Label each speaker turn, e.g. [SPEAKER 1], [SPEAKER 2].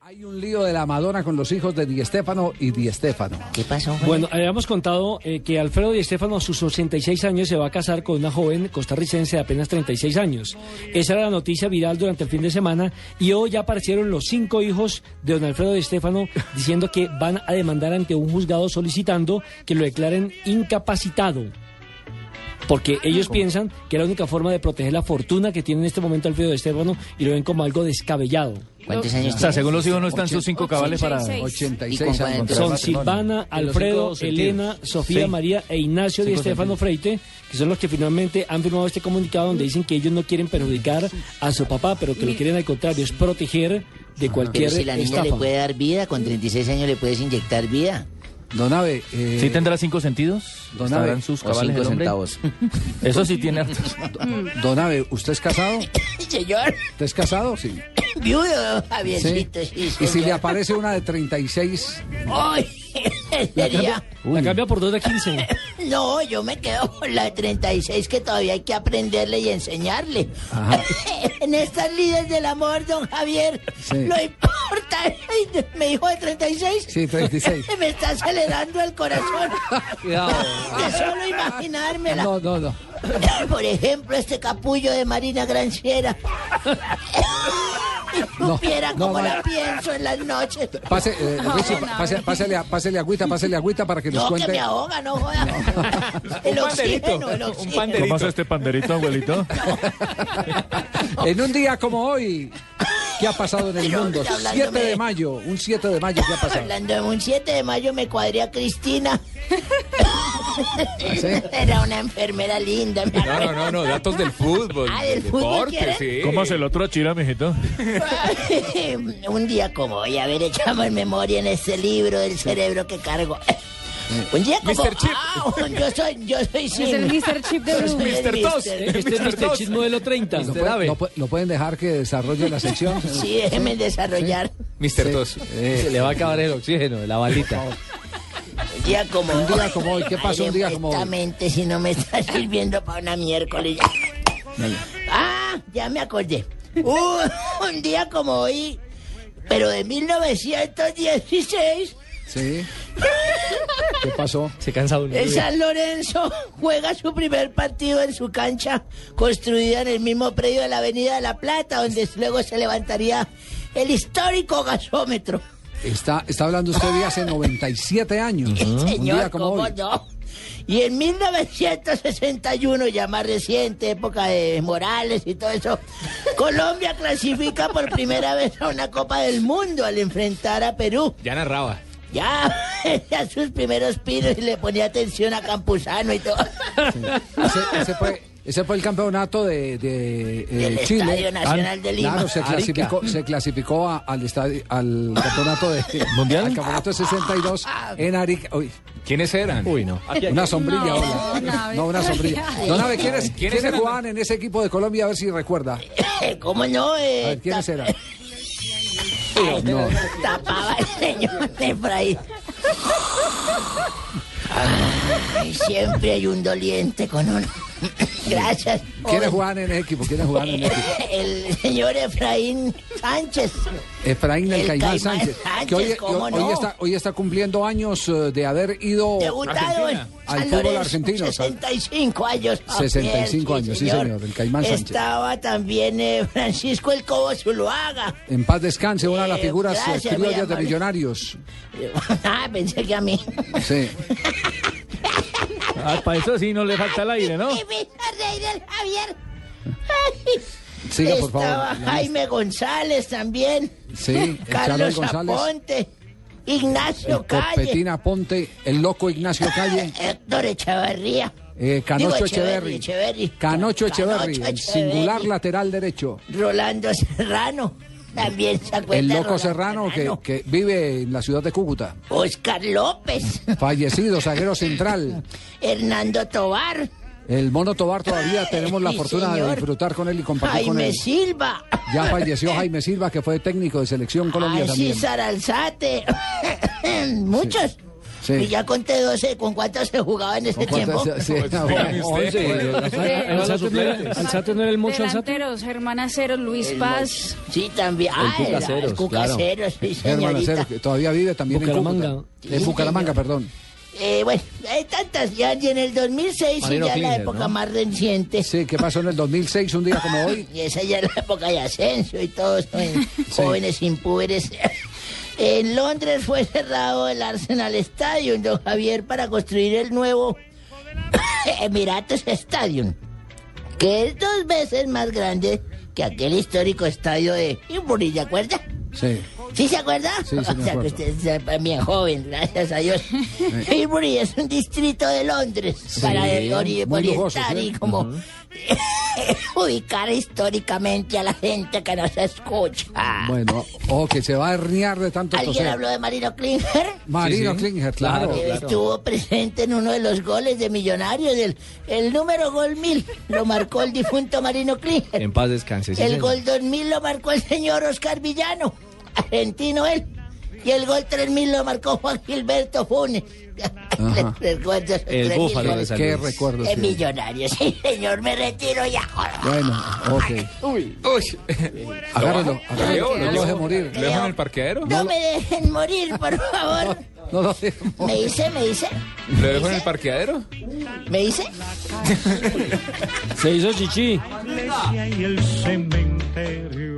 [SPEAKER 1] Hay un lío de la Madonna con los hijos de Di Estefano y Di Estefano.
[SPEAKER 2] ¿Qué pasó? Juan?
[SPEAKER 3] Bueno, habíamos contado eh, que Alfredo Di Estefano a sus 86 años se va a casar con una joven costarricense de apenas 36 años. Esa era la noticia viral durante el fin de semana y hoy ya aparecieron los cinco hijos de don Alfredo Di Estefano diciendo que van a demandar ante un juzgado solicitando que lo declaren incapacitado. Porque ellos piensan que es la única forma de proteger la fortuna que tiene en este momento Alfredo Di Estefano y lo ven como algo descabellado.
[SPEAKER 2] ¿Cuántos años
[SPEAKER 4] O sea,
[SPEAKER 2] tienes?
[SPEAKER 4] según los hijos no están sus cinco cabales para...
[SPEAKER 2] Y
[SPEAKER 1] 86
[SPEAKER 2] con
[SPEAKER 1] años.
[SPEAKER 2] cuarenta-
[SPEAKER 3] Son
[SPEAKER 2] Matrimonio.
[SPEAKER 3] Silvana,
[SPEAKER 4] En los
[SPEAKER 3] Alfredo,
[SPEAKER 4] cinco sentidos.
[SPEAKER 3] Elena, Sofía
[SPEAKER 4] Sí.
[SPEAKER 3] María e Ignacio de
[SPEAKER 4] Cinco
[SPEAKER 3] Estefano Freite, que son los que finalmente han firmado este comunicado donde dicen que ellos no quieren perjudicar a su papá, pero que lo quieren al contrario, es proteger de cualquier
[SPEAKER 2] Pero si la niña le
[SPEAKER 3] estafa.
[SPEAKER 2] puede dar vida, con 36 años le puedes inyectar vida.
[SPEAKER 1] Don Abe, eh,
[SPEAKER 4] ¿Sí tendrá cinco sentidos?
[SPEAKER 1] Don Abe,
[SPEAKER 4] ¿Estarán sus
[SPEAKER 2] O
[SPEAKER 4] cabales
[SPEAKER 2] 5
[SPEAKER 4] el hombre?
[SPEAKER 2] centavos.
[SPEAKER 4] Eso sí tiene hartos.
[SPEAKER 1] don Abe, ¿usted es casado?
[SPEAKER 2] señor,
[SPEAKER 1] ¿Usted es casado? Sí.
[SPEAKER 2] viudo,
[SPEAKER 1] Sí.
[SPEAKER 2] Javiercito, sí,
[SPEAKER 1] Y si le
[SPEAKER 2] señor.
[SPEAKER 1] aparece una de 36,
[SPEAKER 2] Ay, sería...
[SPEAKER 3] La cambia por dos de Este 15.
[SPEAKER 2] No, yo me quedo con la de 36 que todavía hay que aprenderle y enseñarle. en estas líderes del amor, don Javier,
[SPEAKER 1] Sí.
[SPEAKER 2] no importa. Ay, Mi hijo de 36
[SPEAKER 1] sí, 36.
[SPEAKER 2] me está acelerando el corazón. De solo imaginármela.
[SPEAKER 1] No, no, no.
[SPEAKER 2] Por ejemplo, este capullo de Marina Granciera.
[SPEAKER 1] No,
[SPEAKER 2] Supiera
[SPEAKER 1] no,
[SPEAKER 2] cómo
[SPEAKER 1] Mar-
[SPEAKER 2] la pienso en las noches.
[SPEAKER 1] Pase, eh, Richie, pa- pase- pásele, a- pásele agüita, pásele agüita para que nos
[SPEAKER 2] No, que me
[SPEAKER 1] cuente.
[SPEAKER 2] ahoga, no joda. El oxígeno, el oxígeno.
[SPEAKER 4] ¿Cómo hace este panderito, abuelito?
[SPEAKER 1] En un día como hoy, ¿qué ha pasado en el
[SPEAKER 2] Pero
[SPEAKER 1] mundo?
[SPEAKER 2] hablándome-
[SPEAKER 1] 7 de mayo, un 7 de mayo, ¿qué ha pasado?
[SPEAKER 2] Hablando de un 7 de mayo me cuadré a Cristina.
[SPEAKER 1] ¿Ah, ¿Sí?
[SPEAKER 2] Era una enfermera linda. me
[SPEAKER 5] No, no,
[SPEAKER 2] acuerdo.
[SPEAKER 5] no, no, datos del fútbol.
[SPEAKER 2] Ah, del fútbol,
[SPEAKER 5] deporte,
[SPEAKER 2] ¿quieres?
[SPEAKER 5] sí.
[SPEAKER 4] ¿Cómo hace el otro chira, mijito?
[SPEAKER 2] un día como hoy, a ver, echamos memoria en este libro del cerebro que cargo.
[SPEAKER 1] Mm.
[SPEAKER 2] Un día como
[SPEAKER 5] Mr. Chip.
[SPEAKER 2] Ah, yo soy, yo soy
[SPEAKER 6] Es el
[SPEAKER 2] Sim.
[SPEAKER 6] Mr. Chip de
[SPEAKER 2] Yo soy
[SPEAKER 6] Blue.
[SPEAKER 2] el
[SPEAKER 5] Mr. Tos.
[SPEAKER 2] Mr.
[SPEAKER 3] Este es Mr. Chip modelo 30.
[SPEAKER 1] ¿Lo,
[SPEAKER 4] Mr.
[SPEAKER 1] pueden-
[SPEAKER 4] Abe.
[SPEAKER 1] lo pu- lo pueden dejar que desarrolle la sección?
[SPEAKER 2] Sí, déjenme desarrollar.
[SPEAKER 5] Mr. Tos.
[SPEAKER 7] Se le va a acabar el oxígeno, la balita.
[SPEAKER 2] Un día como
[SPEAKER 1] Un día como hoy, ¿qué pasó un día como hoy?
[SPEAKER 2] Exactamente, si no me está sirviendo para una miércoles. Ah, ya me acordé. Uh, un día como hoy, pero de 1916,
[SPEAKER 1] ¿Sí? ¿Qué pasó?
[SPEAKER 7] Se cansa uno.
[SPEAKER 2] el San Lorenzo juega su primer partido en su cancha construida en el mismo predio de la Avenida de la Plata, donde luego se levantaría el histórico gasómetro.
[SPEAKER 1] Está, está hablando usted de hace 97 años. Ah, Un día
[SPEAKER 2] Señor,
[SPEAKER 1] como
[SPEAKER 2] ¿cómo
[SPEAKER 1] hoy.
[SPEAKER 2] no? Y en 1961, ya más reciente, época de Morales y todo eso, Colombia clasifica por primera vez a una Copa del Mundo al enfrentar a Perú.
[SPEAKER 5] Ya narraba.
[SPEAKER 2] Ya, ya sus primeros pinos y le ponía atención a Campuzano y todo.
[SPEAKER 1] Ese, ese fue, ese fue el campeonato de, de, eh,
[SPEAKER 2] Del
[SPEAKER 1] Chile.
[SPEAKER 2] Estadio Nacional de Lima.
[SPEAKER 1] Claro, se clasificó, se clasificó a- al, estadio, al campeonato de
[SPEAKER 4] ¿Mundial?
[SPEAKER 1] al campeonato de 62 en Arica. Uy,
[SPEAKER 5] ¿Quiénes eran?
[SPEAKER 7] Uy, no.
[SPEAKER 1] una sombrilla,
[SPEAKER 6] No,
[SPEAKER 1] hola.
[SPEAKER 6] don Abe.
[SPEAKER 1] No, una sombrilla. Don Abe, ¿quiénes,
[SPEAKER 5] ¿Quiénes
[SPEAKER 1] ¿quiénes
[SPEAKER 5] eran?
[SPEAKER 1] jugaban en ese equipo de Colombia? A ver si recuerda.
[SPEAKER 2] ¿Cómo no? Eh,
[SPEAKER 1] A ver, ¿quiénes
[SPEAKER 2] ta-
[SPEAKER 1] eran? No.
[SPEAKER 2] Tapaba el señor Efraín.
[SPEAKER 1] Ah.
[SPEAKER 2] Ay, siempre hay un doliente con uno. Gracias. eh,
[SPEAKER 1] ¿Quiénes jugaban en ese equipo? ¿Quiénes jugaban en ese equipo?
[SPEAKER 2] El señor Efraín Sánchez.
[SPEAKER 1] Efraín el,
[SPEAKER 2] El
[SPEAKER 1] Caimán
[SPEAKER 2] Caimán
[SPEAKER 1] Sánchez,
[SPEAKER 2] Sánchez,
[SPEAKER 1] que hoy,
[SPEAKER 2] ¿cómo
[SPEAKER 1] hoy
[SPEAKER 2] no?
[SPEAKER 1] está, hoy está cumpliendo años eh, de haber ido
[SPEAKER 2] Debutado en
[SPEAKER 5] Argentina.
[SPEAKER 2] San
[SPEAKER 1] Al fútbol
[SPEAKER 2] Lorenzo,
[SPEAKER 1] argentino, San-
[SPEAKER 2] 65 años. Ah,
[SPEAKER 1] 65
[SPEAKER 2] bien,
[SPEAKER 1] años, sí, señor, el Caimán Sánchez.
[SPEAKER 2] Estaba también eh, Francisco El Cobo Zuluaga.
[SPEAKER 1] en paz descanse, una de las
[SPEAKER 2] Eh,
[SPEAKER 1] figuras eh,
[SPEAKER 2] gracias, muy
[SPEAKER 1] criollas de
[SPEAKER 2] amable.
[SPEAKER 1] millonarios.
[SPEAKER 2] ah, pensé que a mí.
[SPEAKER 1] Sí.
[SPEAKER 4] Ah, para eso sí no le falta el aire, ¿no?
[SPEAKER 2] Y me hizo reír el Javier.
[SPEAKER 1] Siga, por favor.
[SPEAKER 2] Estaba Jaime González también.
[SPEAKER 1] Sí, el Charol
[SPEAKER 2] Carlos
[SPEAKER 1] González,
[SPEAKER 2] Aponte. Ignacio
[SPEAKER 1] el
[SPEAKER 2] Calle.
[SPEAKER 1] Copetina Ponte, el loco Ignacio Calle,
[SPEAKER 2] Héctor Echeverría.
[SPEAKER 1] eh, Canocho
[SPEAKER 2] Digo,
[SPEAKER 1] Echeverri,
[SPEAKER 2] Echeverri.
[SPEAKER 1] Canocho Echeverri,
[SPEAKER 2] Canocho
[SPEAKER 1] el singular
[SPEAKER 2] Echeverri.
[SPEAKER 1] lateral derecho.
[SPEAKER 2] Rolando Serrano. También se acuerda.
[SPEAKER 1] El
[SPEAKER 2] de
[SPEAKER 1] loco
[SPEAKER 2] Rolando
[SPEAKER 1] Serrano, que,
[SPEAKER 2] Serrano.
[SPEAKER 1] que vive en la ciudad de Cúcuta.
[SPEAKER 2] Oscar López.
[SPEAKER 1] Fallecido, zaguero central.
[SPEAKER 2] Hernando Tobar.
[SPEAKER 1] El mono Tobar todavía tenemos la
[SPEAKER 2] Sí,
[SPEAKER 1] fortuna de
[SPEAKER 2] señor.
[SPEAKER 1] disfrutar con él y compartir con
[SPEAKER 2] Jaime
[SPEAKER 1] él.
[SPEAKER 2] Silva.
[SPEAKER 1] Ya falleció Jaime Silva, que fue técnico de selección Colombia
[SPEAKER 2] Así
[SPEAKER 1] también.
[SPEAKER 2] Saralzate. Muchos.
[SPEAKER 1] Sí.
[SPEAKER 2] Y ya conté 12 con cuántas se jugaba en ese tiempo.
[SPEAKER 1] Sí,
[SPEAKER 5] Dígame usted.
[SPEAKER 3] Alzate no era- Alzate no era el mocho Alzate.
[SPEAKER 6] Delanteros, Germán Acero, Luis
[SPEAKER 2] El
[SPEAKER 6] Paz.
[SPEAKER 2] Sí, también. Ah, el
[SPEAKER 7] Cuca Ceros, claro.
[SPEAKER 2] Cucaceros, sí,
[SPEAKER 1] Hermano
[SPEAKER 2] señorita.
[SPEAKER 1] Acero, que todavía vive también
[SPEAKER 3] Bucaramanga.
[SPEAKER 1] en Cúcuta.
[SPEAKER 2] Sí,
[SPEAKER 1] En Bucaramanga,
[SPEAKER 2] señor.
[SPEAKER 1] perdón.
[SPEAKER 2] Eh, bueno, hay tantas ya, y en el 2006 y
[SPEAKER 7] Marino
[SPEAKER 2] ya la
[SPEAKER 7] Klinger,
[SPEAKER 2] época
[SPEAKER 7] ¿no?
[SPEAKER 2] más reciente.
[SPEAKER 1] Sí, ¿qué pasó en el 2006, un día como hoy?
[SPEAKER 2] Y esa ya es la época de ascenso y todos jóvenes, jóvenes impúberes. En Londres fue cerrado el Arsenal Stadium, don Javier, para construir el nuevo Emirates Stadium, que es dos veces más grande que aquel histórico estadio de Imburi, ¿de acuerdo?
[SPEAKER 1] Sí.
[SPEAKER 2] ¿Sí se acuerda?
[SPEAKER 1] Sí, sí, me
[SPEAKER 2] o sea, que
[SPEAKER 1] acuerdo.
[SPEAKER 2] usted es eh, bien joven, gracias a Dios. Highbury es un distrito de Londres para el ori-
[SPEAKER 1] muy lujoso,
[SPEAKER 2] orientar
[SPEAKER 1] sí.
[SPEAKER 2] y como ubicar históricamente a la gente que nos escucha.
[SPEAKER 1] Bueno, o que se va a herniar de tanto
[SPEAKER 2] ¿Alguien
[SPEAKER 1] toser.
[SPEAKER 2] habló de Marino Klinger?
[SPEAKER 1] Marino Klinger, claro.
[SPEAKER 2] Que Estuvo presente en uno de los goles de Millonarios, el, el número gol mil lo marcó el difunto Marino Klinger.
[SPEAKER 7] En paz descanse. sí,
[SPEAKER 2] El
[SPEAKER 7] señor.
[SPEAKER 2] gol 2000 lo marcó el señor Oscar Villano, argentino él. Y el gol 3000 lo marcó Juan Gilberto Funes.
[SPEAKER 1] Ajá.
[SPEAKER 2] Les recuerdo esos
[SPEAKER 7] El
[SPEAKER 2] 3000
[SPEAKER 7] búfalo
[SPEAKER 2] goles.
[SPEAKER 7] de San
[SPEAKER 1] Qué
[SPEAKER 7] Luis.
[SPEAKER 1] recuerdos.
[SPEAKER 2] Es
[SPEAKER 1] sí.
[SPEAKER 2] millonario, sí, señor, me retiro ya.
[SPEAKER 1] Bueno, ok.
[SPEAKER 5] Uy.
[SPEAKER 1] Agárrelo, agárrelo. No
[SPEAKER 5] Leo, lo
[SPEAKER 1] lo deje
[SPEAKER 5] llevo-
[SPEAKER 1] morir.
[SPEAKER 5] ¿Lo dejo en el parqueadero?
[SPEAKER 2] No me dejen morir, por favor.
[SPEAKER 1] No lo deje morir.
[SPEAKER 2] ¿Me hice? ¿Me hice?
[SPEAKER 5] ¿Lo dejo en el parqueadero?
[SPEAKER 2] ¿Me hice?
[SPEAKER 3] Se hizo chichi.
[SPEAKER 8] iglesia y el cementerio.